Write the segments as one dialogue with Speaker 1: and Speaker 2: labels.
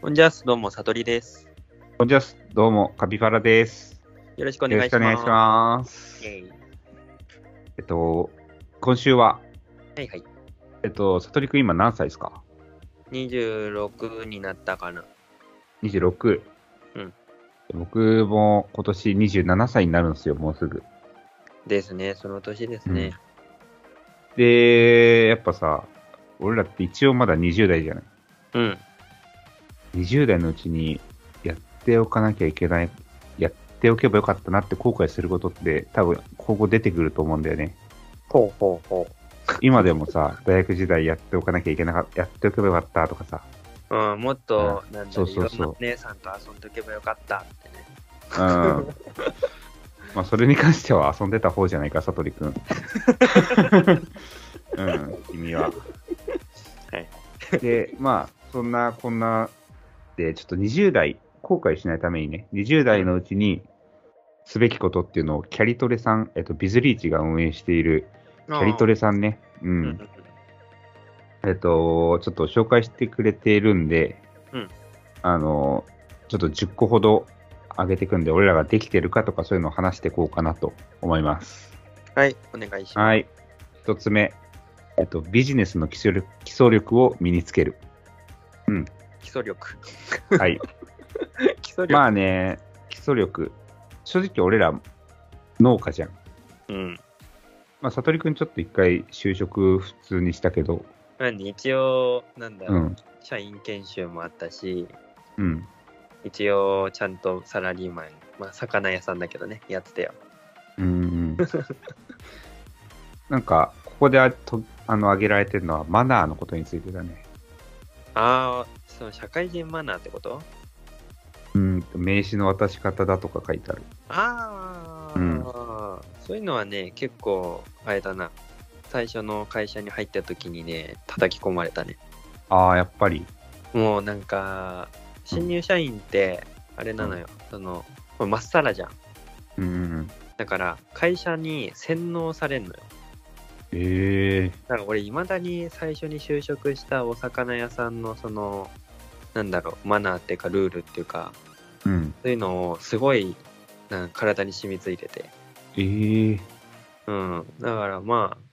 Speaker 1: こんじゃす、どうも、さとりです。
Speaker 2: こんにちは。どうも、カピバラです。
Speaker 1: よろしくお
Speaker 2: よ
Speaker 1: 願
Speaker 2: ろ
Speaker 1: い
Speaker 2: し
Speaker 1: し
Speaker 2: くお願
Speaker 1: ま
Speaker 2: い
Speaker 1: す。
Speaker 2: します。
Speaker 1: イェイ
Speaker 2: えっと、今週は、
Speaker 1: はいはい。
Speaker 2: えっと、さとりくん今何歳ですか
Speaker 1: 26になったかな。
Speaker 2: ?26。
Speaker 1: うん。
Speaker 2: 僕も今年27歳になるんですよ、もうすぐ。
Speaker 1: ですね、その年ですね。
Speaker 2: で、やっぱさ、俺らって一応まだ20代じゃない
Speaker 1: うん。
Speaker 2: 20代のうちにやっておかなきゃいけない、やっておけばよかったなって後悔することって多分今後出てくると思うんだよね。
Speaker 1: ほうほうほ
Speaker 2: 今でもさ、大学時代やっておかなきゃいけなかった、やっておけばよかったとかさ、
Speaker 1: う。うん、もっと、なんだ
Speaker 2: そ
Speaker 1: ろ
Speaker 2: うそうそう
Speaker 1: いろんなお姉さんと遊んどけばよかったってね。
Speaker 2: うん。まあ、それに関しては遊んでた方じゃないか、さとりくん。うん、君は。
Speaker 1: はい。
Speaker 2: で、まあ、そんな、こんな、で、ちょっと20代、後悔しないためにね、20代のうちに、すべきことっていうのを、キャリトレさん、えっと、ビズリーチが運営している、キャリトレさんね、
Speaker 1: う
Speaker 2: う、
Speaker 1: んうんん
Speaker 2: えっと、ちょっと紹介してくれているんで、
Speaker 1: うん
Speaker 2: あの、ちょっと10個ほど上げていくんで、俺らができてるかとかそういうのを話していこうかなと思います。
Speaker 1: はい、お願いします。
Speaker 2: はい。一つ目、えっと、ビジネスの基礎力基礎力を身につける。
Speaker 1: 基礎力。
Speaker 2: はい。
Speaker 1: 基礎力。
Speaker 2: まあね、基礎力。正直俺ら農家じゃん。
Speaker 1: うん。
Speaker 2: まあ、悟りくんちょっと一回就職普通にしたけど、
Speaker 1: なんで、一応、なんだ
Speaker 2: う
Speaker 1: ろう、
Speaker 2: ん、
Speaker 1: 社員研修もあったし、
Speaker 2: うん。
Speaker 1: 一応、ちゃんとサラリーマン、まあ、魚屋さんだけどね、やってたよ。
Speaker 2: うんうん、なんか、ここであとあの挙げられてるのはマナーのことについてだね。
Speaker 1: ああ、その社会人マナーってこと
Speaker 2: うん、名刺の渡し方だとか書いてある。
Speaker 1: ああ、
Speaker 2: うん
Speaker 1: そういうのはね、結構、あれだな、最初の会社に入った時にね、叩き込まれたね。
Speaker 2: ああ、やっぱり。
Speaker 1: もうなんか、新入社員って、あれなのよ、その、まあまっさらじゃん。
Speaker 2: うんうんうん。
Speaker 1: だから、会社に洗脳されんのよ。
Speaker 2: ええ
Speaker 1: だから俺、いまだに最初に就職したお魚屋さんの、その、なんだろう、マナーっていうか、ルールっていうか、
Speaker 2: うん。
Speaker 1: そういうのをすごい、なんか体に染みついてて。
Speaker 2: ええ
Speaker 1: うん、だからまあ、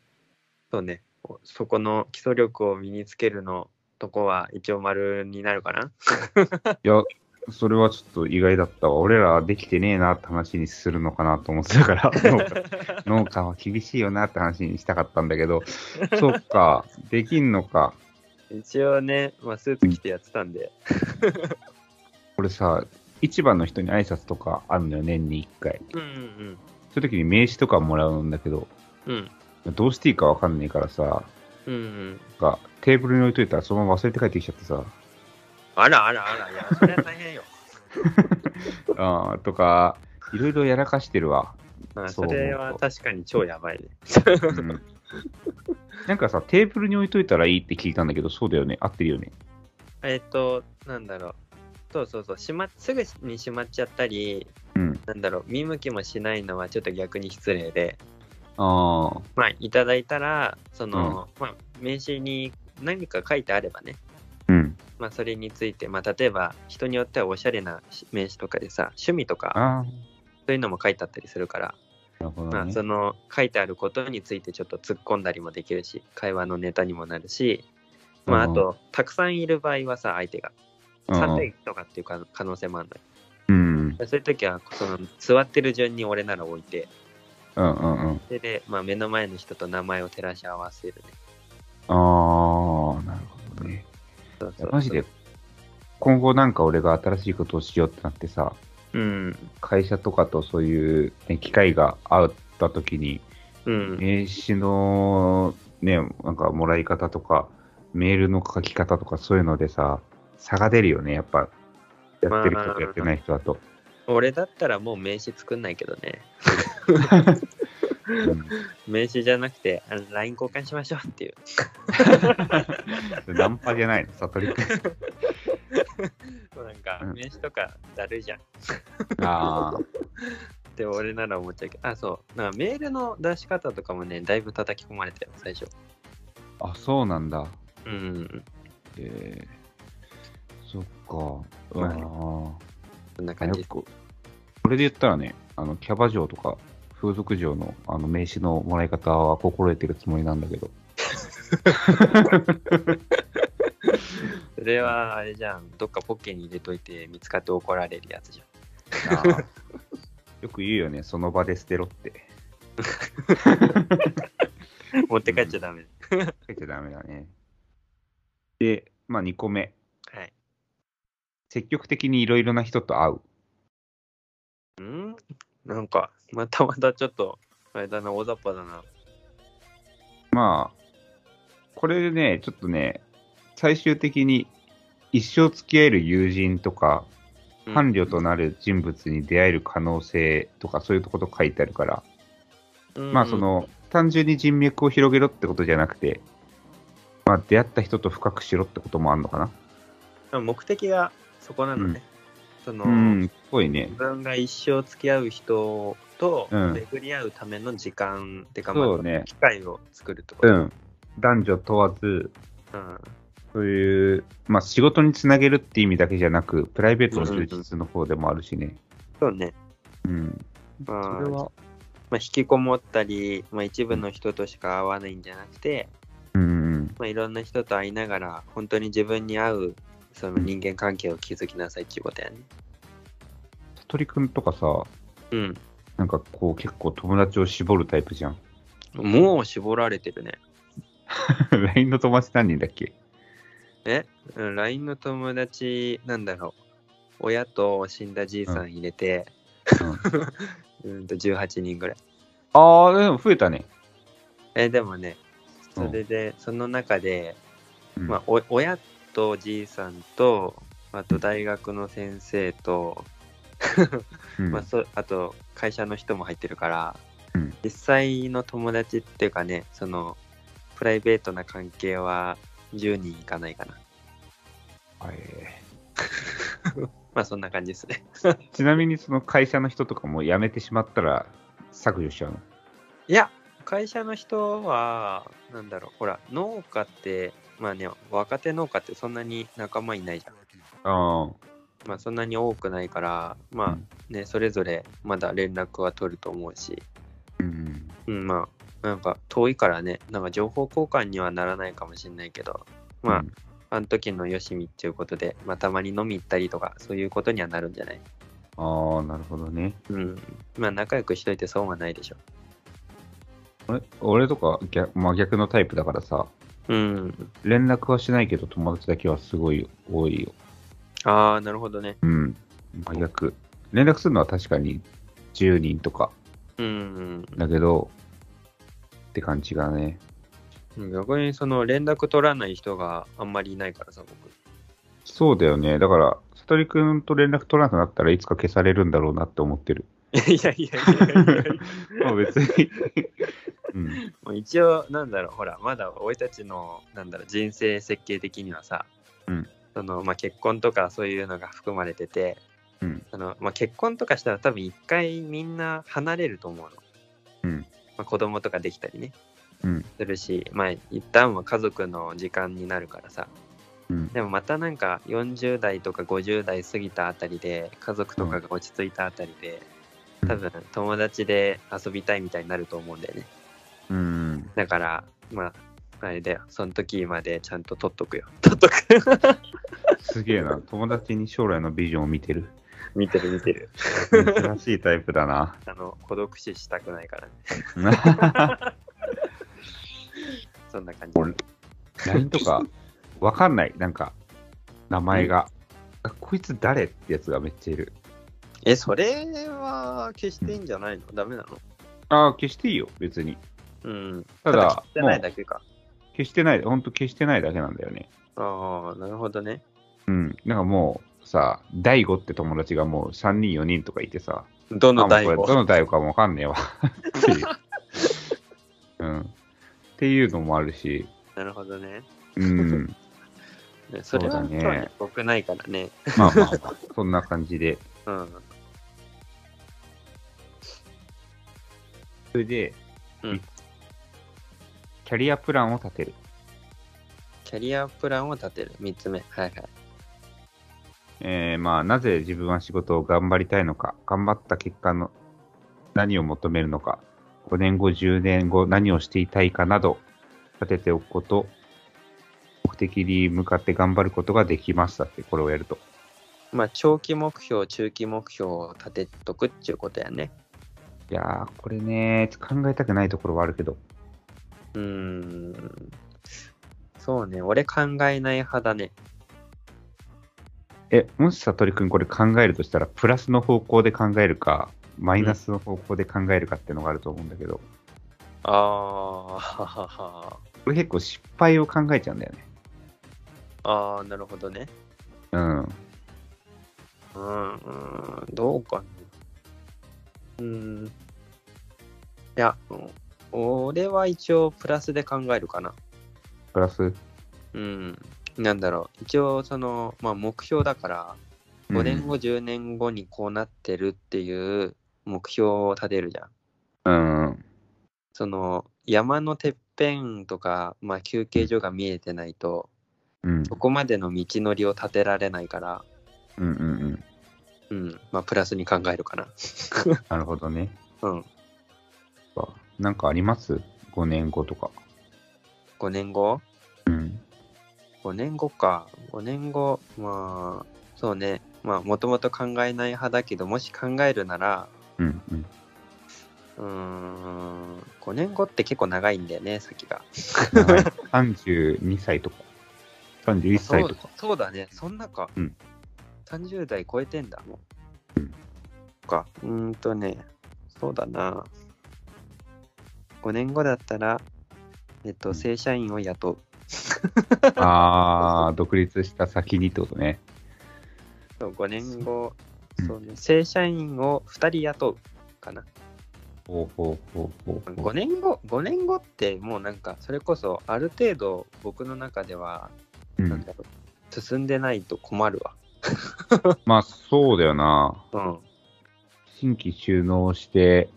Speaker 1: そうね、こうそこの基礎力を身につけるのとこは一応丸になるかな。
Speaker 2: いや、それはちょっと意外だったわ。俺らできてねえなって話にするのかなと思ってたから、農家農家は厳しいよなって話にしたかったんだけど、そっか、できんのか。
Speaker 1: 一応ね、まあ、スーツ着てやってたんで、
Speaker 2: 俺さ、市場の人に挨拶とかあるのよ、年に1回。
Speaker 1: うんうん
Speaker 2: そういう時に名刺とかもらうんだけど、
Speaker 1: うん、うん
Speaker 2: どうしていいかわかんないからさ、
Speaker 1: うんうん。
Speaker 2: なんかテーブルに置いといたらそのまま忘れて帰ってきちゃ ってさ、
Speaker 1: あらあらあら、いや、それは大変 よ。
Speaker 2: あーとか、いろいろやらかしてるわ。
Speaker 1: まあ、そ
Speaker 2: そう
Speaker 1: れは確かに超やばい ね。
Speaker 2: うんなんかさ、テーブルに置いといたらいいって聞いたんだけど、そうだよね、合ってるよね。
Speaker 1: えっと、なんだろう。そうそうそう、しま、すぐにしまっちゃったり、
Speaker 2: うん。
Speaker 1: なんだろう、見向きもしないのはちょっと逆に失礼で、
Speaker 2: ああ、
Speaker 1: まあ、いただいたら、その、まあ、名刺に何か書いてあればね、
Speaker 2: うん。
Speaker 1: まあ、それについて、まあ、例えば人によってはおしゃれな名刺とかでさ趣味とか
Speaker 2: ああ、
Speaker 1: そういうのも書いてあったりするから、
Speaker 2: なるほ
Speaker 1: ま
Speaker 2: ど
Speaker 1: あ、
Speaker 2: ね。
Speaker 1: その書いてあることについてちょっと突っ込んだりもできるし会話のネタにもなるし、まあ、あ
Speaker 2: うん
Speaker 1: とたくさんいる場合はさ相手が
Speaker 2: うん
Speaker 1: 3点とかっていうか可能性もあるのよ
Speaker 2: うん、
Speaker 1: でそういう時はその座ってる順に俺なら置いて
Speaker 2: うん、うん、うん。
Speaker 1: それで、まあ、目の前の人と名前を照らし合わせるね
Speaker 2: ああ、なるほどね。
Speaker 1: そうそうそ
Speaker 2: いや
Speaker 1: う
Speaker 2: マジで、今後なんか俺が新しいことをしようってなってさ、
Speaker 1: うん
Speaker 2: 会社とかとそういう、ね、機会があった時に、
Speaker 1: うん
Speaker 2: 名刺のね、なんかもらい方とか、メールの書き方とかそういうのでさ、差が出るよね、やっぱ。やってる人とやってない人だと。
Speaker 1: 俺だったらもう名刺作んないけどね
Speaker 2: うん
Speaker 1: 名刺じゃなくてあの LINE 交換しましょうっていう
Speaker 2: ナンパじゃないの、悟りくん。
Speaker 1: もうなんか
Speaker 2: うん
Speaker 1: 名刺とかだるいじゃんっ
Speaker 2: ああ、
Speaker 1: て俺なら思っちゃうけどあそうなんかメールの出し方とかもねだいぶ叩き込まれたよ最初
Speaker 2: あ、そうなんだ。
Speaker 1: うん
Speaker 2: えー、そっか。
Speaker 1: まあね
Speaker 2: あ
Speaker 1: そんな
Speaker 2: あ、
Speaker 1: 感
Speaker 2: よ
Speaker 1: じ
Speaker 2: く、これで言ったらね、あの、キャバ嬢とか、風俗嬢のあの名刺のもらい方は心得てるつもりなんだけど。
Speaker 1: それはあれじゃんどっかポッケに入れといて見つかって怒られるやつじゃん
Speaker 2: あー よく言うよね、その場で捨てろって。
Speaker 1: 持って帰っちゃダメ、
Speaker 2: 書いちゃダメだね。で、まあ2個目。
Speaker 1: はい
Speaker 2: 積極的にいろいろな人と会う。
Speaker 1: うんなんかまたまたちょっとあれだな大雑把だな
Speaker 2: まあ、これでね、ちょっとね、最終的に一生付き合える友人とか、
Speaker 1: うん
Speaker 2: 伴侶となる人物に出会える可能性とか、そういうこと書いてあるから、
Speaker 1: うん
Speaker 2: まあその、単純に人脈を広げろってことじゃなくて、まあ出会った人と深くしろってこともあるのかな。
Speaker 1: 目的がそこなのね、その、
Speaker 2: うん、っぽいね
Speaker 1: 自。分が一生付き合う人と
Speaker 2: うん
Speaker 1: 巡り合うための時間ってか、
Speaker 2: そうね
Speaker 1: まあ機会を作るってこ
Speaker 2: う
Speaker 1: と、
Speaker 2: ん。男女問わず、
Speaker 1: うん
Speaker 2: そういう、まあ、仕事につなげるって意味だけじゃなく、プライベートの充実の方でもあるしね。
Speaker 1: そうね、
Speaker 2: うん。
Speaker 1: まあ
Speaker 2: それは、
Speaker 1: まあ、引きこもったり、まあ、一部の人としか会わないんじゃなくて、
Speaker 2: うんうん。
Speaker 1: まあ、いろんな人と会いながら本当に自分に合うその人間関係を築きなさいっていうことやね
Speaker 2: 悟りくんとかさ、
Speaker 1: うん
Speaker 2: なんかこう結構友達を絞るタイプじゃん。
Speaker 1: もう絞られてるね
Speaker 2: LINE の友達何人だっけ
Speaker 1: えうん LINE の友達なんだろう親と死んだじいさん入れて、
Speaker 2: うん、
Speaker 1: うん、と18人ぐらい
Speaker 2: ああ、でも増えたね。
Speaker 1: えでもね
Speaker 2: うん
Speaker 1: それで、その中で、
Speaker 2: うん
Speaker 1: まあ、お親とじいさんとあと大学の先生と、
Speaker 2: うん
Speaker 1: まあ、そあと会社の人も入ってるから、
Speaker 2: うん
Speaker 1: 実際の友達っていうかねそのプライベートな関係は10人いかないかな
Speaker 2: はい
Speaker 1: まあそんな感じですね
Speaker 2: ちなみにその会社の人とかも辞めてしまったら削除しちゃうの。
Speaker 1: いや会社の人はなんだろうほら農家ってまあね若手農家ってそんなに仲間いないじゃん
Speaker 2: ああ、
Speaker 1: まあそんなに多くないからまあ、
Speaker 2: うん
Speaker 1: ね、それぞれまだ連絡は取ると思うし、
Speaker 2: うん
Speaker 1: うん、まあ、なんか遠いからね、なんか情報交換にはならないかもしれないけど、
Speaker 2: うん。
Speaker 1: まあ、あの時のよしみっていうことで、まあ、たまに飲み行ったりとか、そういうことにはなるんじゃない
Speaker 2: ああ、なるほどね。
Speaker 1: うん。まあ、仲良くしといて損はないでしょ。
Speaker 2: 俺俺とか逆,、まあ、逆のタイプだからさ、
Speaker 1: うん。
Speaker 2: 連絡はしないけど友達だけはすごい多いよ。
Speaker 1: ああ、なるほどね。
Speaker 2: うん。真逆。連絡するのは確かに10人とか
Speaker 1: うん。
Speaker 2: だけど、って感じがね。
Speaker 1: 逆にその連絡取らない人があんまりいないからさ、僕。
Speaker 2: そうだよね。だから、さとりくんと連絡取らなくなったらいつか消されるんだろうなって思ってる。
Speaker 1: いやいやいやいやいや。
Speaker 2: まあ別に、うん。
Speaker 1: もう一応なんだろうほらまだ俺たちのなんだろう人生設計的にはさ、
Speaker 2: うん
Speaker 1: そのまあ、結婚とかそういうのが含まれてて
Speaker 2: うん。
Speaker 1: その、まあ、結婚とかしたら多分一回みんな離れると思うの、
Speaker 2: うん
Speaker 1: まあ、子供とかできたりね
Speaker 2: うん。
Speaker 1: するしまあ一旦は家族の時間になるからさ
Speaker 2: うん。
Speaker 1: でもまたなんか40代とか50代過ぎたあたりで家族とかが落ち着いたあたりで、
Speaker 2: うん
Speaker 1: 多分友達で遊びたいみたいになると思うんだよね
Speaker 2: うん。
Speaker 1: だから、まあ、あれだよ。その時までちゃんと取っとくよ。 取っとく。
Speaker 2: すげえな。友達に将来のビジョンを見てる。
Speaker 1: 見てる見てる。
Speaker 2: 珍しいタイプだな。
Speaker 1: あの、孤独死したくないからね。そんな感じ。
Speaker 2: LINE とか、わかんない。なんか、名前が。あこいつ誰ってやつがめっちゃいる。
Speaker 1: え、それは消していいんじゃないのダメなの
Speaker 2: ああ、消していいよ、別に。
Speaker 1: うん。
Speaker 2: ただ、
Speaker 1: だ消してない
Speaker 2: もう
Speaker 1: だけか。
Speaker 2: 消してない、ほんと消してないだけなんだよね。
Speaker 1: ああ、なるほどね。
Speaker 2: うん。なんかもう、さ、大悟って友達がもう3人、4人とかいてさ、
Speaker 1: どの台
Speaker 2: あもうこれどの大悟かもわかんねえわ。っていう。うん。っていうのもあるし、
Speaker 1: なるほどね。
Speaker 2: うん。
Speaker 1: ねそれは
Speaker 2: そうだね
Speaker 1: 興味僕ないからね。
Speaker 2: まあまあまあ、そんな感じで。
Speaker 1: うん。
Speaker 2: それで、
Speaker 1: うん
Speaker 2: キャリアプランを立てる。
Speaker 1: キャリアプランを立てる。3つ目。はいはい。
Speaker 2: えーまあ、なぜ自分は仕事を頑張りたいのか、頑張った結果の何を求めるのか、5年後、10年後、何をしていたいかなど、立てておくこと、目的に向かって頑張ることができますだって、これをやると。
Speaker 1: まあ、長期目標、中期目標を立てとくっていうことやね。
Speaker 2: いやー、これね、考えたくないところはあるけど、
Speaker 1: うーん。そうね。俺考えない派だね。
Speaker 2: え、もしさとりくんこれ考えるとしたら、プラスの方向で考えるか、マイナスの方向で考えるかっていうのがあると思うんだけど、
Speaker 1: ああ、ははは。
Speaker 2: これ結構失敗を考えちゃうんだよね。
Speaker 1: ああ、なるほどね。
Speaker 2: うん。
Speaker 1: うん、うん、どうかな。うん。いや、俺は一応プラスで考えるかな。
Speaker 2: プラス
Speaker 1: うん。なんだろう。一応、その、まあ、目標だから、5年後、10年後にこうなってるっていう目標を立てるじゃん。
Speaker 2: うん。
Speaker 1: その、山のてっぺんとか、まあ、休憩所が見えてないと、
Speaker 2: うん。
Speaker 1: そこまでの道のりを立てられないから、
Speaker 2: うんうんうん。
Speaker 1: うん。まあ、プラスに考えるかな。
Speaker 2: なるほどね。
Speaker 1: うん。
Speaker 2: そっかなんかあります ?5 年後とか。
Speaker 1: 5年後
Speaker 2: うん。
Speaker 1: 5年後か。5年後、まあ、そうね。まあ、もともと考えない派だけど、もし考えるなら、
Speaker 2: うん うん。
Speaker 1: うーん、5年後って結構長いんだよね、先が。
Speaker 2: 長い32歳とか。31歳
Speaker 1: そ
Speaker 2: と
Speaker 1: う
Speaker 2: か。
Speaker 1: そうだね、そんなか。
Speaker 2: うん
Speaker 1: 30代超えてんだ、もう。
Speaker 2: うん
Speaker 1: か。うーんとね、そうだな。5年後だったら、えっ
Speaker 2: う
Speaker 1: と、
Speaker 2: ん
Speaker 1: 正社員を雇う。
Speaker 2: ああ、独立した先にってことね。
Speaker 1: そう5年後
Speaker 2: う、ん
Speaker 1: そうね、正社員を2人雇うかな。
Speaker 2: ほうほうほうほうほ
Speaker 1: 5年後、5年後ってもうなんか、それこそある程度僕の中では、
Speaker 2: う。う
Speaker 1: なん
Speaker 2: ん、
Speaker 1: だろう、進んでないと困るわ。
Speaker 2: まあそうだよな。
Speaker 1: うん。
Speaker 2: 新規収納して、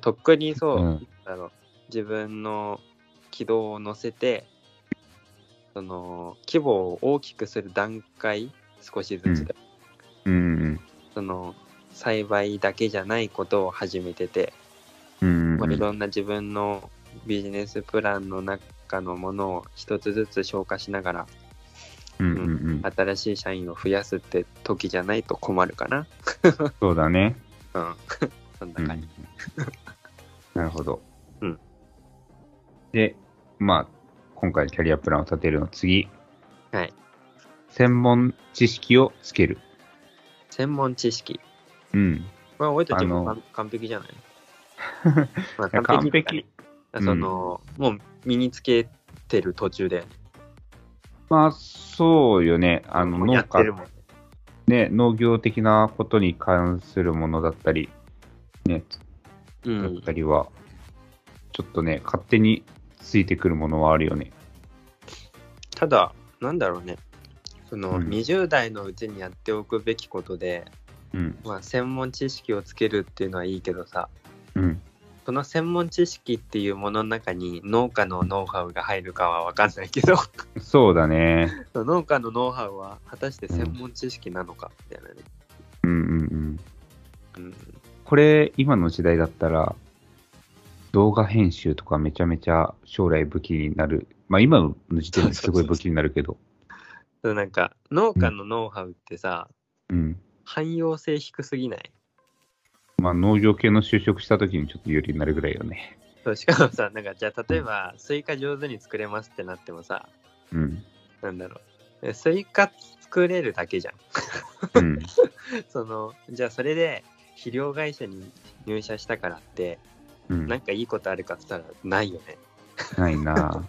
Speaker 1: とっくにそう、
Speaker 2: うん
Speaker 1: あの自分の軌道を乗せて、その規模を大きくする段階、少しずつで、
Speaker 2: うん
Speaker 1: その栽培だけじゃないことを始めてて、
Speaker 2: うんうん
Speaker 1: まあ
Speaker 2: う
Speaker 1: い
Speaker 2: ん
Speaker 1: ろんな自分のビジネスプランの中のものを一つずつ消化しながら、
Speaker 2: うんうんうん
Speaker 1: 新しい社員を増やすって時じゃないと困るかな。
Speaker 2: そうだね。
Speaker 1: うん。 そんな感じ。
Speaker 2: なるほど。
Speaker 1: うん
Speaker 2: で、まあ、今回キャリアプランを立てるの次。
Speaker 1: はい。
Speaker 2: 専門知識をつける。
Speaker 1: 専門知識。
Speaker 2: うん。
Speaker 1: まあ、俺たちも
Speaker 2: あ
Speaker 1: 完完璧 じゃないまあ
Speaker 2: いや
Speaker 1: 完璧だね、
Speaker 2: 完璧
Speaker 1: その、もう身につけてる途中だよね。
Speaker 2: まあ、そうよね。あの、
Speaker 1: もうや
Speaker 2: 農
Speaker 1: ってる
Speaker 2: 家、
Speaker 1: もん。
Speaker 2: ね、農業的なことに関するものだったり、ね、
Speaker 1: う
Speaker 2: だっ
Speaker 1: ん。
Speaker 2: たりは、ちょっとね、勝手についてくるものはあるよね。
Speaker 1: ただ、なんだろうね。その、
Speaker 2: うん
Speaker 1: 20代のうちにやっておくべきことで、
Speaker 2: うん。
Speaker 1: まあ、専門知識をつけるっていうのはいいけどさ、
Speaker 2: うん。
Speaker 1: その専門知識っていうものの中に農家のノウハウが入るかは分かんないけど、
Speaker 2: そうだね。
Speaker 1: その農家のノウハウは果たして専門知識なのかみたいなね。
Speaker 2: うんうんうん。
Speaker 1: うん。
Speaker 2: これ、今の時代だったら、動画編集とかめちゃめちゃ将来武器になる。まあ今の時点ですごい武器になるけど。
Speaker 1: そうなんか、農家のノウハウってさ、
Speaker 2: うん。
Speaker 1: 汎用性低すぎない
Speaker 2: まあ農業系の就職した時にちょっと有利になるぐらいよね。
Speaker 1: そうしかもさ、なんかじゃあ例えば、スイカ上手に作れますってなってもさ、
Speaker 2: うん。
Speaker 1: なんだろう。えスイカ作れるだけじゃん。
Speaker 2: うん。
Speaker 1: その、じゃあそれで、肥料会社に入社したからって、
Speaker 2: うん、
Speaker 1: なんかいいことあるかって言ったらないよね。
Speaker 2: ないな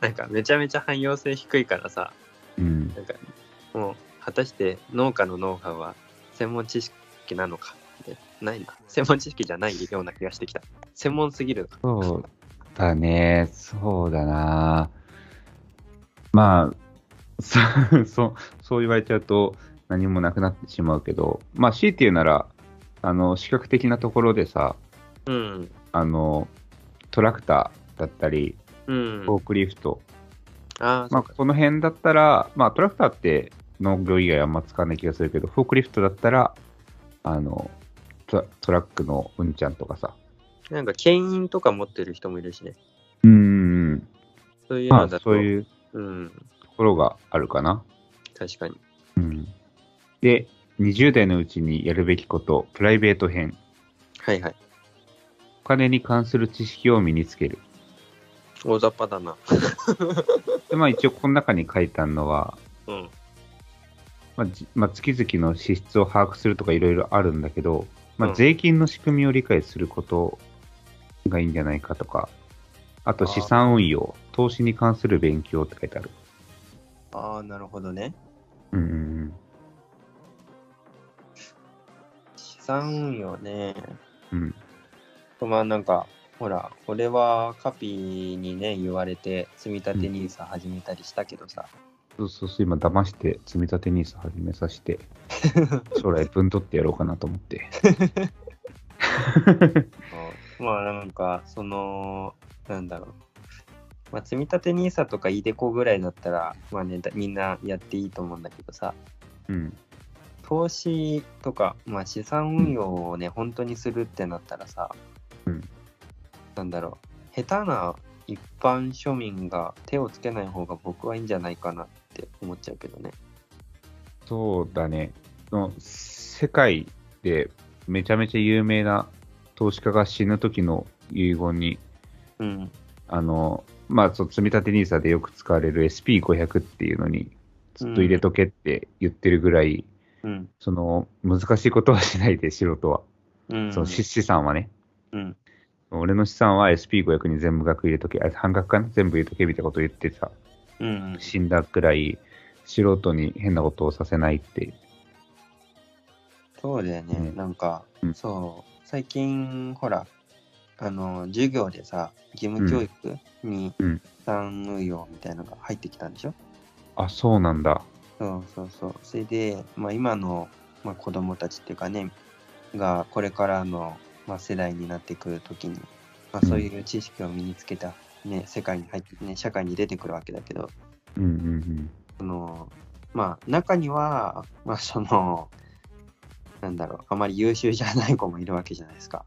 Speaker 1: なんかめちゃめちゃ汎用性低いからさ、
Speaker 2: うん。
Speaker 1: なんかもう果たして農家のノウハウは専門知識なのかってないな。専門知識じゃないような気がしてきた。専門すぎる。
Speaker 2: そうだね。そうだなまあ、 そう、そうそう言われちゃうと何もなくなってしまうけど、まあ、強いて言うなら、あの、視覚的なところでさ、
Speaker 1: うん。
Speaker 2: あの、トラクターだったり、
Speaker 1: うん。
Speaker 2: フォークリフト、
Speaker 1: ああ、
Speaker 2: ま
Speaker 1: そ
Speaker 2: あ、
Speaker 1: うか。
Speaker 2: この辺だったら、まあ、トラクターって農業以外あんま使わない気がするけど、フォークリフトだったら、あの、トトラックのうんちゃんとかさ。
Speaker 1: なんか、牽引とか持ってる人もいるしね。
Speaker 2: うーん。
Speaker 1: そういう
Speaker 2: ま
Speaker 1: の
Speaker 2: あ、
Speaker 1: だと。
Speaker 2: そういう
Speaker 1: うん。
Speaker 2: ところがあるかな。
Speaker 1: 確かに。
Speaker 2: うん。で、20代のうちにやるべきこと、プライベート編。
Speaker 1: はいはい。
Speaker 2: お金に関する知識を身につける。
Speaker 1: 大雑把だな。
Speaker 2: で、まあ一応この中に書いてあるのは、
Speaker 1: うん。
Speaker 2: まあ、じまあ、月々の支出を把握するとかいろいろあるんだけど、ま
Speaker 1: う
Speaker 2: あ、
Speaker 1: ん
Speaker 2: 税金の仕組みを理解することがいいんじゃないかとか、あと
Speaker 1: あー
Speaker 2: 資産運用、投資に関する勉強って書いてある。
Speaker 1: ああ、なるほどね。
Speaker 2: うんうんうん
Speaker 1: 資産運用ね。
Speaker 2: うん。
Speaker 1: まあなんか、ほら、俺はカピーにね、言われて、積み立て NISA 始めたりしたけどさ。
Speaker 2: そうそうそう、今騙して積み立て NISA 始めさせて、将来分取ってやろうかなと思 って。
Speaker 1: まあなんか、その、なんだろう。まあ、積み立て NISA とかイデコぐらいだったら、まあね、だみんなやっていいと思うんだけどさ、
Speaker 2: うん。
Speaker 1: 投資とか、まあ、資産運用をね、本当にするってなったらさ、
Speaker 2: うん
Speaker 1: なんだろう、下手な一般庶民が手をつけない方が僕はいいんじゃないかなって思っちゃうけどね。
Speaker 2: そうだね。その世界でめちゃめちゃ有名な投資家が死ぬ時の遺言に
Speaker 1: うん。
Speaker 2: あの、まあ、そう、積み立て NISA でよく使われる SP500 っていうのに、ずっと入れとけって言ってるぐらい、
Speaker 1: うん。
Speaker 2: その、難しいことはしないで、素人は。
Speaker 1: うん。
Speaker 2: その資資産はね。
Speaker 1: うん。
Speaker 2: 俺の資産は SP500 に全部額入れとけ、あ半額かな全部入れとけみたいなこと言ってさ、
Speaker 1: うん。
Speaker 2: 死んだくらい、素人に変なことをさせないって。
Speaker 1: そうだよね、
Speaker 2: うん
Speaker 1: なんか、
Speaker 2: うん
Speaker 1: そう最近ほらあの授業でさ義務教育に
Speaker 2: うん
Speaker 1: 資産運用みたいなのが入ってきたんでしょ、
Speaker 2: あ、そうなんだ。
Speaker 1: そうそうそうそれで、まあ、今の、まあ、子供たちっていうかねがこれからの、まあ、世代になってくるときに、まあ、そういう知識を身につけた、ね、世界に入って、ね、社会に出てくるわけだけど
Speaker 2: うんうん
Speaker 1: そのまあ中にはまあそのなんだろうあまり優秀じゃない子もいるわけじゃないですか。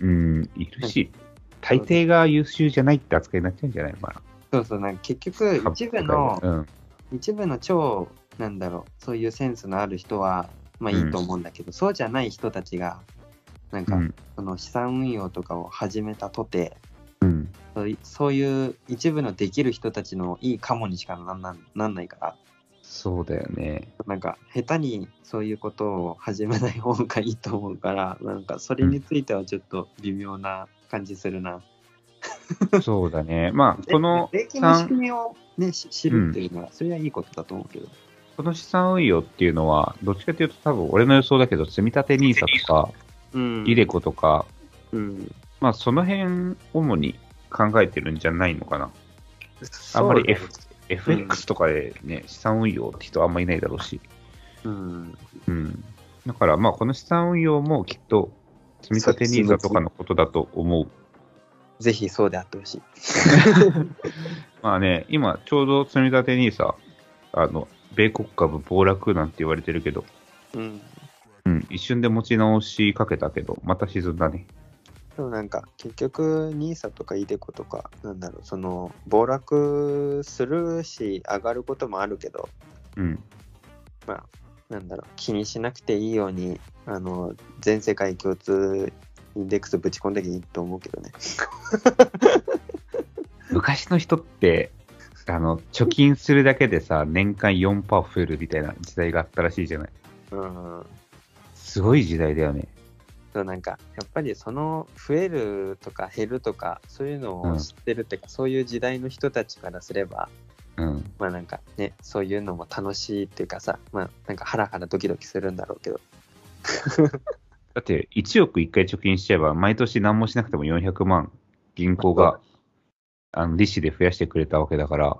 Speaker 2: うん。うん、いるし、大抵が優秀じゃないって扱いになっちゃうんじゃないのか
Speaker 1: そうそうなんか結局
Speaker 2: な。
Speaker 1: 一部の
Speaker 2: うん。
Speaker 1: 一部の超なんだろうそういうセンスのある人はまあいいと思うんだけど、そうじゃない人たちがなん
Speaker 2: う
Speaker 1: か、
Speaker 2: ん。
Speaker 1: その資産運用とかを始めたとて
Speaker 2: うん。
Speaker 1: そういそういう一部のできる人たちのいいかもにしかなんなんなんないから
Speaker 2: そうだよね。
Speaker 1: なんか下手にそういうことを始めない方がいいと思うからなんかそれについてはちょっと微妙な感じするな。
Speaker 2: そうだね。まあ、この
Speaker 1: 税
Speaker 2: 資
Speaker 1: 金の仕
Speaker 2: 産、
Speaker 1: 組みを、ね、し知るっていうのは、それはいいことだと思うけど。
Speaker 2: この資産運用っていうのは、どっちかというと多分俺の予想だけど、積み立て NISA とか、
Speaker 1: うん
Speaker 2: イデコとか、
Speaker 1: うん、
Speaker 2: まあその辺主に考えてるんじゃないのかな。あんまり F
Speaker 1: そうだね
Speaker 2: FX とかでね、資産運用って人あんまいないだろうし。
Speaker 1: うん、
Speaker 2: うん。だからまあこの資産運用もきっと、積み立て NISA とかのことだと思う。
Speaker 1: ぜひそうであってほしい。
Speaker 2: まあね、今ちょうど積み立て NISA、あの、米国株暴落なんて言われてるけど、
Speaker 1: うん、
Speaker 2: うん、一瞬で持ち直しかけたけど、また沈んだね。
Speaker 1: でもなんか結局 NISA とかイデコとかなんだろうその暴落するし上がることもあるけど
Speaker 2: うん。
Speaker 1: なんだろう気にしなくていいようにあの全世界共通インデックスぶち込んできゃいいと思うけどね。
Speaker 2: 昔の人って、あの、貯金するだけでさ、年間4%増えるみたいな時代があったらしいじゃない。
Speaker 1: うん
Speaker 2: すごい時代だよね。
Speaker 1: そうなんかやっぱりその増えるとか減るとかそういうの
Speaker 2: うん
Speaker 1: を知ってるっていうか、そういう時代の人たちからすれば
Speaker 2: うん。
Speaker 1: まあなんかねそういうのも楽しいっていうかさまあなんかハラハラドキドキするんだろうけど
Speaker 2: だって、1億1回貯金しちゃえば、毎年何もしなくても400万、銀行が、あの、利子で増やしてくれたわけだから、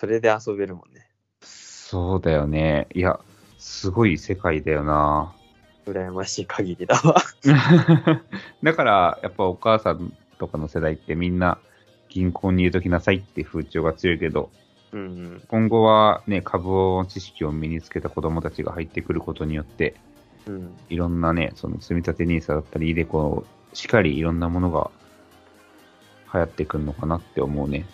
Speaker 1: それで遊べるもんね。
Speaker 2: そうだよね。いや、すごい世界だよな。
Speaker 1: 羨ましい限りだわ。
Speaker 2: だから、やっぱお母さんとかの世代ってみんな銀行に入れときなさいって風潮が強いけど、
Speaker 1: うんうん。
Speaker 2: 今後はね、株の知識を身につけた子供たちが入ってくることによって、
Speaker 1: うん。
Speaker 2: いろんなね、その積み立て NISA だったり、イデコしっかりいろんなものが流行ってくるのかなって思うね。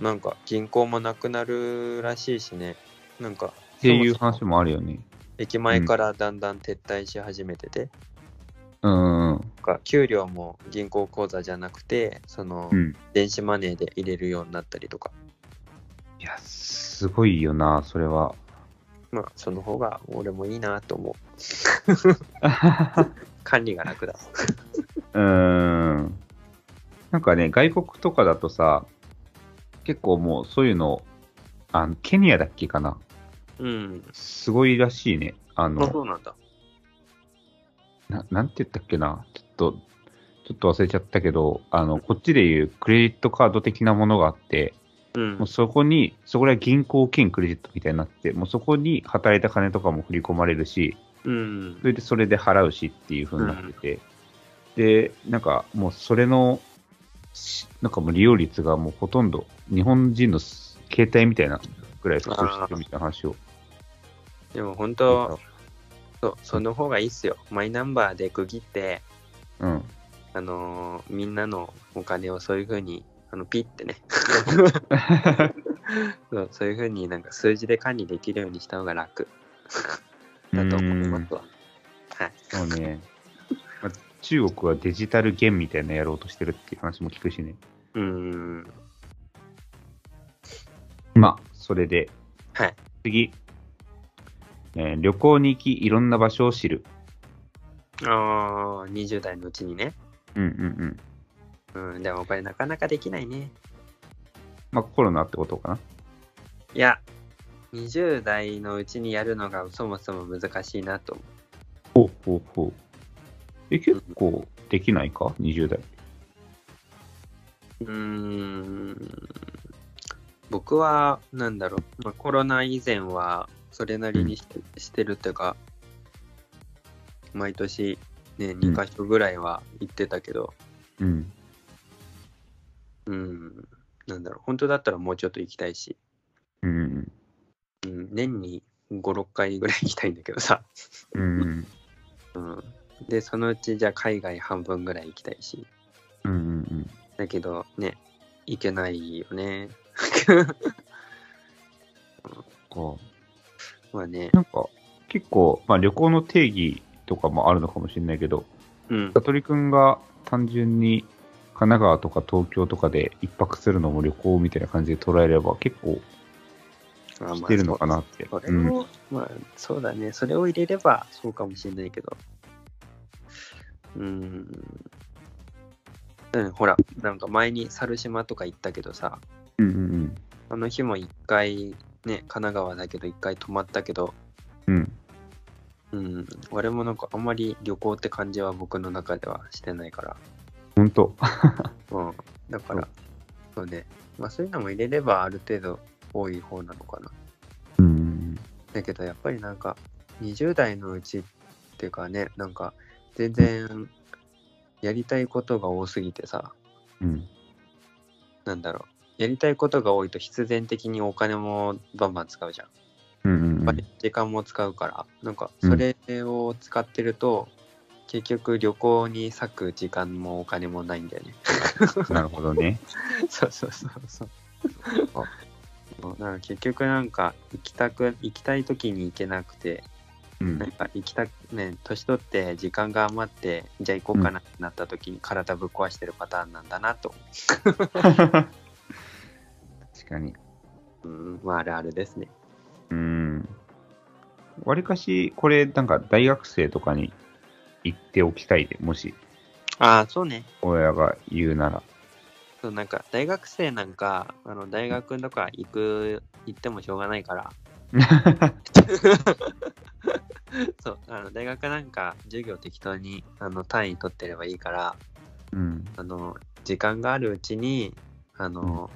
Speaker 1: なんか、銀行もなくなるらしいしね。なんか、
Speaker 2: っていう
Speaker 1: そも
Speaker 2: 話
Speaker 1: そも
Speaker 2: もあるよね。
Speaker 1: 駅前からだんだん撤退し始めてて、
Speaker 2: うんう
Speaker 1: な
Speaker 2: ん
Speaker 1: んか給料も銀行口座じゃなくて、その
Speaker 2: う、ん。
Speaker 1: 電子マネーで入れるようになったりとか、
Speaker 2: いや、すごいよな、それ は。
Speaker 1: まあ、その方が俺もいいなと思う。管理が楽だ。
Speaker 2: うーん。なんかね、外国とかだとさ、結構もうそういうの、あのケニアだっけかな。
Speaker 1: うん。
Speaker 2: すごいらしいね。あ
Speaker 1: あ、そ
Speaker 2: の、
Speaker 1: うなんだ。
Speaker 2: ななんて言ったっけな。ちょっと、ちょっと忘れちゃったけど、あの、こっちでいうクレジットカード的なものがあって、
Speaker 1: うん
Speaker 2: もう。そこに、そこら銀行兼クレジットみたいになって、もうそこに働いた金とかも振り込まれるし、
Speaker 1: うん
Speaker 2: そ。れでそれで払うしっていう風になってて、で、なんかもうそれの、しなんかもう利用率がもうほとんど日本人のす携帯みたいなぐらい普及してるみたいな話を。
Speaker 1: でも本当、そうその方がいいっすよ。マイナンバーで区切って、
Speaker 2: うん。
Speaker 1: あのーみんなのお金をそういうふうに、あのピッてねそう、そういうふうになんか数字で管理できるようにした方が楽だと思いますわ。はい。
Speaker 2: そうね。まあ中国はデジタル元みたいなのやろうとしてるっていう話も聞くしね。
Speaker 1: うーん。
Speaker 2: まあ、それで。
Speaker 1: はい。
Speaker 2: 次。えー旅行に行き、いろんな場所を知る。
Speaker 1: ああ、20代のうちにね。
Speaker 2: うんうんうん。
Speaker 1: うん、でもこれなかなかできないね。
Speaker 2: まあ、コロナってことかな。
Speaker 1: いや、20代のうちにやるのがそもそも難しいなと思う。
Speaker 2: ほうほうほう。え、結構できないか ?20 代。
Speaker 1: うーん僕は、なんだろう、まあ、コロナ以前は、それなりにして,、してるっていうか、毎年、ね、2か所ぐらいは行ってたけど、
Speaker 2: うん。
Speaker 1: うん、なんだろう、本当だったらもうちょっと行きたいし、
Speaker 2: うん。
Speaker 1: うん、年に5、6回ぐらい行きたいんだけどさ、
Speaker 2: うん。
Speaker 1: うん、で、そのうち、じゃあ海外半分ぐらい行きたいし、
Speaker 2: うん。うん。
Speaker 1: だけど、ね、行けないよね。
Speaker 2: か。
Speaker 1: まあね、
Speaker 2: なんか、結構、まあ旅行の定義とかもあるのかもしれないけど、
Speaker 1: うん
Speaker 2: さ、とりくんが単純に神奈川とか東京とかで一泊するのも旅行みたいな感じで捉えれば結構
Speaker 1: あまあ
Speaker 2: してるのかなって。
Speaker 1: それ
Speaker 2: うん
Speaker 1: を、まあそうだね、それを入れればそうかもしれないけど。うーん。うん、ほら、なんか前に猿島とか行ったけどさ、
Speaker 2: うんうん
Speaker 1: あの日も一回、ね、神奈川だけど一回泊まったけど、
Speaker 2: うん。うん。
Speaker 1: うん、俺もなんかあんまり旅行って感じは僕の中ではしてないから。
Speaker 2: ほんと。
Speaker 1: うん。だから、そうね。まあそういうのも入れればある程度多い方なのかな。
Speaker 2: うんうん
Speaker 1: だけどやっぱりなんか20代のうちっていうかねなんか全然やりたいことが多すぎてさ
Speaker 2: うん。うん。
Speaker 1: なんだろうやりたいことが多いと必然的にお金もバンバン使うじゃん。や
Speaker 2: うん
Speaker 1: っ
Speaker 2: う
Speaker 1: ぱ
Speaker 2: ん
Speaker 1: り時間も使うから、なんかそれを使ってると、結局旅行に割く時間もお金もないんだよね。
Speaker 2: うん。なるほどね。
Speaker 1: そうそうそう そう。そうだから結局なんか行きたく行きたい時に行けなくて
Speaker 2: うん
Speaker 1: なん。か行きたくね年取って時間が余ってじゃあ行こうかなってなった時に体ぶっ壊してるパターンなんだなと、
Speaker 2: 確かに。
Speaker 1: うん、まああるあるですね
Speaker 2: うん。わりかし、これ、なんか大学生とかに行っておきたいで、もし
Speaker 1: ああそうね
Speaker 2: 親が言うなら。
Speaker 1: そうなんか大学生なんかあの大学とか行く行ってもしょうがないからそうあの大学なんか授業適当にあの単位取ってればいいから
Speaker 2: うん。
Speaker 1: あの時間があるうちにあの、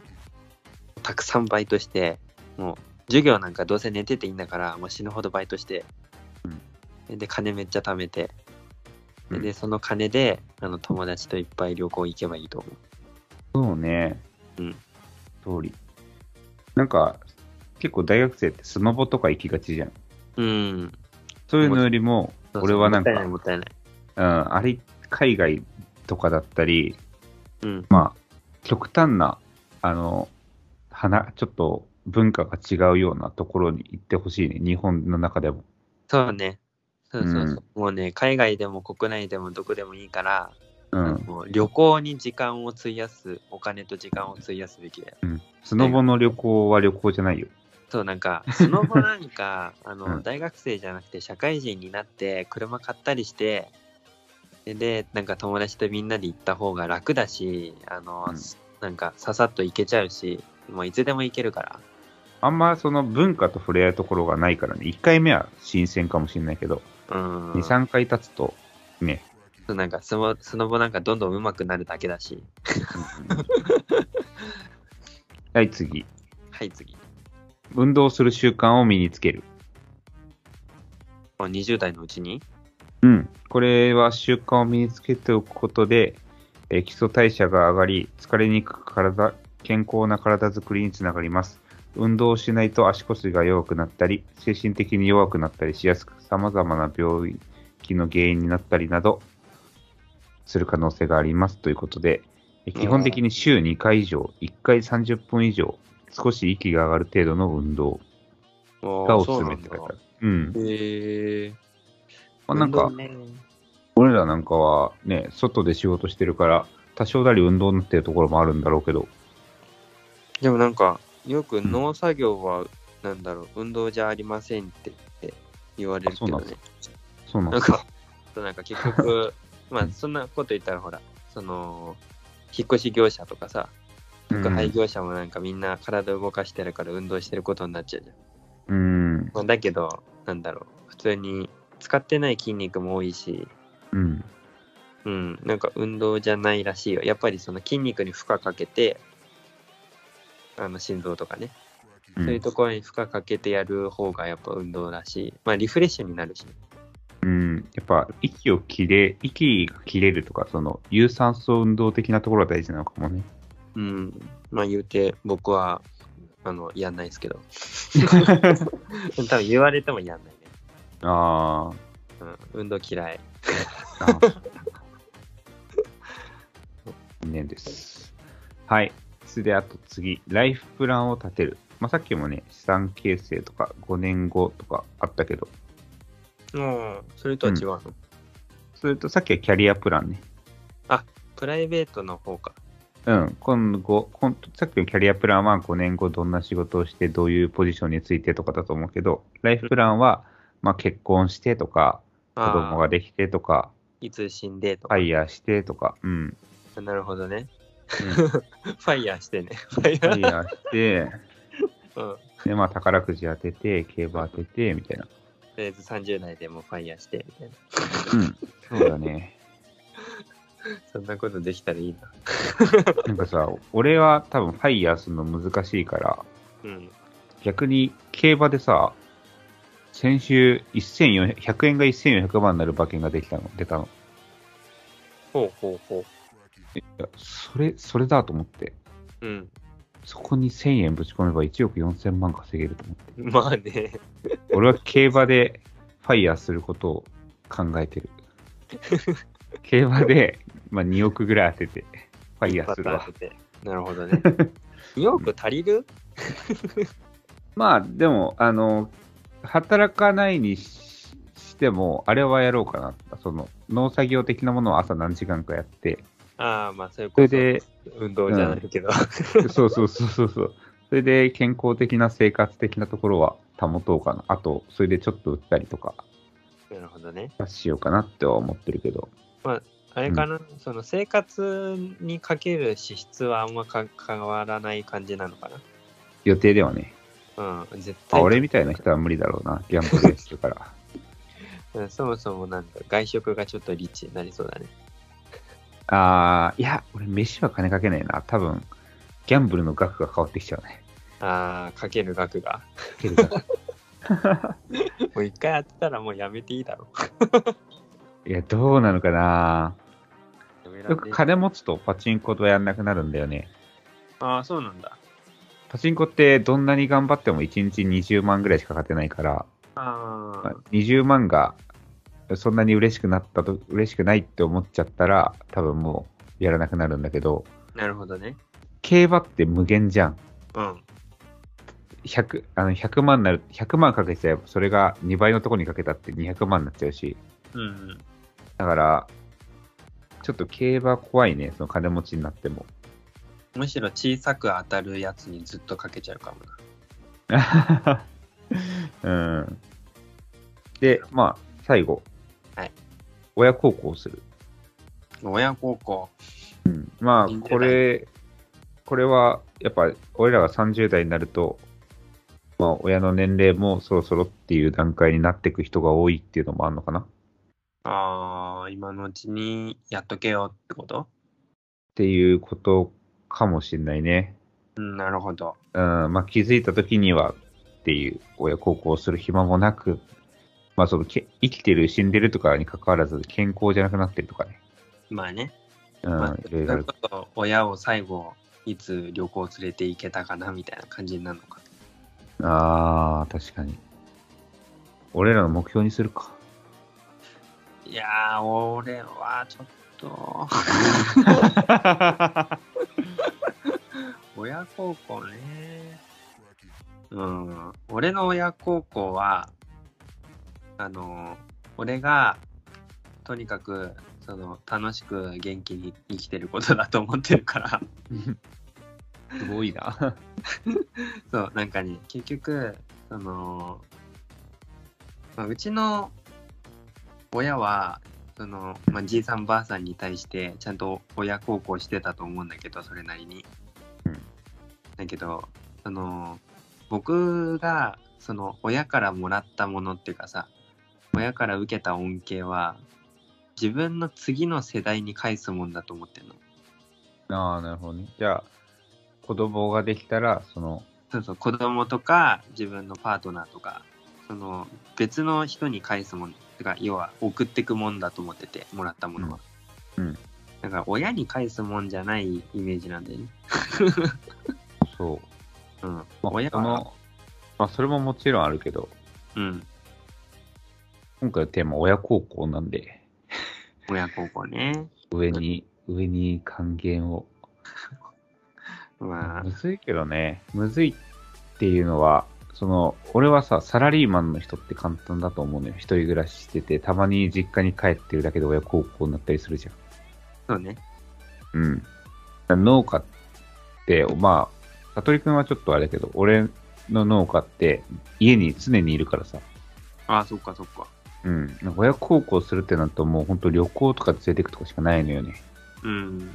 Speaker 1: たくさんバイトしてもう授業なんかどうせ寝てていいんだから、もう死ぬほどバイトして、
Speaker 2: うん
Speaker 1: で、金めっちゃ貯めて、
Speaker 2: うん
Speaker 1: で、その金で、あの、友達といっぱい旅行行けばいいと思
Speaker 2: そうね。
Speaker 1: うん
Speaker 2: 通り。なんか、結構大学生ってスノボとか行きがちじゃん。
Speaker 1: う。うん。
Speaker 2: そういうのよりも、
Speaker 1: そうそう
Speaker 2: 俺はなんか、
Speaker 1: もったいうない、も
Speaker 2: ん、
Speaker 1: ったいない。
Speaker 2: あれ、海外とかだったり、
Speaker 1: うん。
Speaker 2: まあ、極端な、あの、花、ちょっと文化が違うようなところに行ってほしいね。日本の中でも。
Speaker 1: そうね。そうそうそう
Speaker 2: う、
Speaker 1: もうね、海外でも国内でもどこでもいいから、
Speaker 2: うん。
Speaker 1: もう旅行に時間を費やす、お金と時間を費やすべきだよ。
Speaker 2: うん、スノボの旅行は旅行じゃないよ。
Speaker 1: そう、なんか、スノボなん か、あの、
Speaker 2: うん
Speaker 1: 大学生じゃなくて社会人になって、車買ったりして、で、でなんか友達とみんなで行った方が楽だし、あの、
Speaker 2: うん
Speaker 1: なんか、ささっと行けちゃうし、もういつでも行けるから。
Speaker 2: あんまその文化と触れ合うところがないからね、1回目は新鮮かもしれないけど、
Speaker 1: うん。
Speaker 2: 2、3回経つと、ね、
Speaker 1: そうなんかスノ、スノボなんかどんどん上手くなるだけだし。
Speaker 2: はい、次。
Speaker 1: はい、次。
Speaker 2: 運動する習慣を身につける。
Speaker 1: もう20代のうちに
Speaker 2: うん。これは習慣を身につけておくことで、えー基礎代謝が上がり、疲れにくく体、健康な体づくりにつながります。運動をしないと足腰が弱くなったり、精神的に弱くなったりしやすく、様々な病気の原因になったりなど、する可能性がありますということで、えー基本的に週2回以上、1回30分以上、少し息が上がる程度の運動が
Speaker 1: お
Speaker 2: お
Speaker 1: ー
Speaker 2: すすめって書いてある。うん。
Speaker 1: そうなんだへえ。
Speaker 2: まあなんか、
Speaker 1: 運動ね
Speaker 2: 俺らなんかはね、外で仕事してるから、多少なり運動になってるところもあるんだろうけど、
Speaker 1: でもなんか、よく農作業は、なんだろう、運動じゃありませんってって言われるけど
Speaker 2: あそうなん
Speaker 1: ね
Speaker 2: で。そうなん
Speaker 1: な
Speaker 2: だ
Speaker 1: んか、そうなんか結 局、ま
Speaker 2: う
Speaker 1: あ
Speaker 2: ん
Speaker 1: そんなこと言ったらほら、その、引っ越し業者とかさ、
Speaker 2: うん
Speaker 1: 宅配業者もなんかみんな体動かしてるから運動してることになっちゃうじゃん。
Speaker 2: うん、
Speaker 1: まあ、だけど、なんだろう、普通に使ってない筋肉も多いし、
Speaker 2: うん、
Speaker 1: うん、なんか運動じゃないらしいよ。やっぱりその筋肉に負荷かけて、あの心臓とかね、
Speaker 2: う、
Speaker 1: そういうんところに負荷かけてやる方がやっぱ運動だし、まあリフレッシュになるしね、
Speaker 2: うんやっぱ息を切れ、息が切れるとか、その有酸素運動的なところが大事なのか もね。
Speaker 1: うん、まあ言うて僕は、あの、やんないですけど。 多分言われてもやんないね。
Speaker 2: あ
Speaker 1: う
Speaker 2: ー
Speaker 1: ん、運動嫌い。
Speaker 2: あー、残念です。はい、それであと次、ライフプランを立てる。まあ、さっきもね、資産形成とか5年後とかあったけど、
Speaker 1: うん、それとは違うの、
Speaker 2: それとさっきはキャリアプランね。
Speaker 1: プライベートの方か。
Speaker 2: うん、今後、今さっきのキャリアプランは5年後どんな仕事をして、どういうポジションについてとかだと思うけど、ライフプランは、まあ、結婚してとか、子
Speaker 1: あー
Speaker 2: 供ができてとか、
Speaker 1: いつ死んでと
Speaker 2: フ
Speaker 1: か。
Speaker 2: ァイヤーしてとか、うん。
Speaker 1: なるほどね。
Speaker 2: うんフ
Speaker 1: ファイヤーしてね。ファイヤ
Speaker 2: ァイ
Speaker 1: ー。
Speaker 2: ヤー して、
Speaker 1: うん。と
Speaker 2: で、まあ、宝くじ当てて、競馬当てて、みたいな。
Speaker 1: りあえず30代でもファイヤーしてみたいな。
Speaker 2: うん、そうだね。
Speaker 1: そんなことできたらいいな。
Speaker 2: なんかさ、俺は多分ファイヤーするの難しいから、
Speaker 1: うん。
Speaker 2: 逆に競馬でさ、先週1400 100円が1400万になる馬券ができたの、出たの。
Speaker 1: ほうほうほ
Speaker 2: いやそれ、それだと思って。
Speaker 1: う。うん。
Speaker 2: そこに1000円ぶち込めば1億4000万稼げると思って。
Speaker 1: まあね。
Speaker 2: 俺は競馬でファイヤーすることを考え てる。競馬で、まあ、2億ぐらい当てて、ファイヤーする
Speaker 1: バ
Speaker 2: わ
Speaker 1: タ。ー当ててなるほど ね。2億足りる
Speaker 2: まあ、でも、あの、働かないにししても、あれはやろうかな。その、農作業的なものを朝何時間か やって、
Speaker 1: ああ、まあそういう
Speaker 2: そ
Speaker 1: こ
Speaker 2: れ
Speaker 1: と
Speaker 2: で、
Speaker 1: 運動じゃないけど。
Speaker 2: そうそうそうそうそう。それで健康的な生活的なところは保とうかな。あと、それでちょっと売ったりとか
Speaker 1: なるほどね。
Speaker 2: しようかなっては思ってるけど。
Speaker 1: あれかな、その生活にかける支出はあんまか変わらない感じなのか
Speaker 2: 予定ではね。
Speaker 1: なうん、絶
Speaker 2: ま
Speaker 1: 対。
Speaker 2: あ、俺みたいな人は無理だろうな。ギャンブルやってる から。
Speaker 1: うんそもそもなんか外食がちょっとリッチになりそうだね。
Speaker 2: あー、いや、俺飯は金かけないな。多分、ギャンブルの額が変わってきちゃうね。
Speaker 1: ああ、かける額が。
Speaker 2: ける か
Speaker 1: もう一回当てたらもうやめていいだろ
Speaker 2: いや、どうなのかな
Speaker 1: う。
Speaker 2: よく金持つとパチンコとやんなくなるんだよね。
Speaker 1: ああ、そうなんだ。
Speaker 2: パチンコってどんなに頑張っても1日20万ぐらいしか勝てないから、
Speaker 1: あ
Speaker 2: まあ20万がそんなに嬉しくなったと、嬉しくないって思っちゃったら、多分もうやらなくなるんだけど、
Speaker 1: あ、なるほどね。
Speaker 2: 競馬って無限じゃん。
Speaker 1: うん。
Speaker 2: 100, あの100万なる、100万かけちゃえば、それが2倍のとこにかけたって200万になっちゃうし、
Speaker 1: うん。
Speaker 2: だから、ちょっと競馬怖いね、その金持ちになっても。
Speaker 1: むしろ小さく当たるやつにずっとかけちゃうかもな。
Speaker 2: うん。で、まあ、最後。
Speaker 1: はい
Speaker 2: 親孝行する。
Speaker 1: 親孝行。
Speaker 2: ま
Speaker 1: いいんじゃな
Speaker 2: あ、
Speaker 1: い
Speaker 2: これ、これは、やっぱ、俺らが30代になると、まあ、親の年齢もそろそろっていう段階になっていく人が多いっていうのもあるのかなっ
Speaker 1: ああ、今のうちにやっとけよってこと
Speaker 2: ていうことかもしれないね。
Speaker 1: うん、なるほど。
Speaker 2: うん、まあ、気づいた時にはっていう親孝行する暇もなく、まあ、そのけ生きてる死んでるとかに関わらず健康じゃなくなってるとかね、
Speaker 1: まあね。
Speaker 2: うん
Speaker 1: まあ、
Speaker 2: い
Speaker 1: そ
Speaker 2: ろいろあ
Speaker 1: れ
Speaker 2: る
Speaker 1: こそ親を最後、いつ旅行連れて行けたかなみたいな感じになるのか。
Speaker 2: ああ確かに俺らの目標にするか
Speaker 1: いやー、俺はちょっと、親孝行ね。うん、俺の親孝行は、あの、俺が、とにかく、その、楽しく元気に生きてることだと思ってるから、
Speaker 2: すごいな
Speaker 1: そう、なんかね、結局、その、まあ、うちの親は、その、まあ、じいさんばあさんに対して、ちゃんと親孝行してたと思うんだけど、それなりに。
Speaker 2: うん
Speaker 1: だけど、その、僕が、その、親からもらったものっていうかさ、親から受けた恩恵は、自分の次の世代に返すもんだと思ってんの。
Speaker 2: ああなるほどねじゃあ子供ができたらその
Speaker 1: そうそう、子供とか自分のパートナーとか、その別の人に返すもん、てか要は送ってくもんだと思ってて、もらったものは。
Speaker 2: うんうん
Speaker 1: だから親に返すもんじゃないイメージなんだよね。
Speaker 2: そう
Speaker 1: うん。
Speaker 2: まあ
Speaker 1: 親
Speaker 2: そ
Speaker 1: は、
Speaker 2: のまあそれももちろんあるけど
Speaker 1: うん。
Speaker 2: 今回のテーマ親孝行なんで
Speaker 1: 親孝行ね。
Speaker 2: 上に上に還元を
Speaker 1: まあ
Speaker 2: む、ずいけどね、むずいっていうのは、その、俺はさ、サラリーマンの人って簡単だと思うのよ。一人暮らししてて、たまに実家に帰ってるだけで親孝行になったりするじ
Speaker 1: そうね。
Speaker 2: ゃん。うん。だから農家って、まあ、悟りくんはちょっとあれだけど、俺の農家って家に常にいるからさ、
Speaker 1: ああ、そっかそっか。
Speaker 2: うん。なんか親孝行するってなるともう本当旅行とか連れてくとかしかないのよね。
Speaker 1: うん。
Speaker 2: うん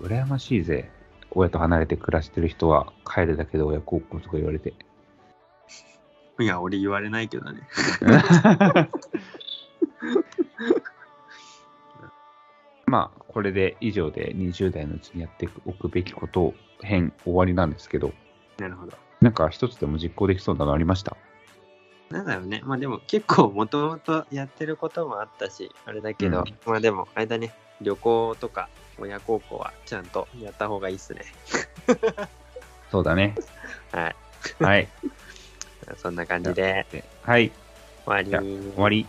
Speaker 2: 羨ましいぜ。親と離れて暮らしてる人は帰るだけで親孝行とか言われて。
Speaker 1: いや、俺言われないけどね。
Speaker 2: まあ、これで以上で20代のうちにやっておくべきこと編終わりなんですけど、
Speaker 1: なるほど。
Speaker 2: なんか一つでも実行できそうなのありました
Speaker 1: なんだろうね。まあでも結構もともとやってることもあったし、あれだけど、
Speaker 2: うん
Speaker 1: まあでも、あれだね、旅行とか親孝行はちゃんとやった方がいいっすね。
Speaker 2: そうだね。
Speaker 1: はい。
Speaker 2: はい。
Speaker 1: そんな感じで
Speaker 2: ではい。
Speaker 1: 終
Speaker 2: じゃ
Speaker 1: わ
Speaker 2: あ
Speaker 1: り。
Speaker 2: 終わり。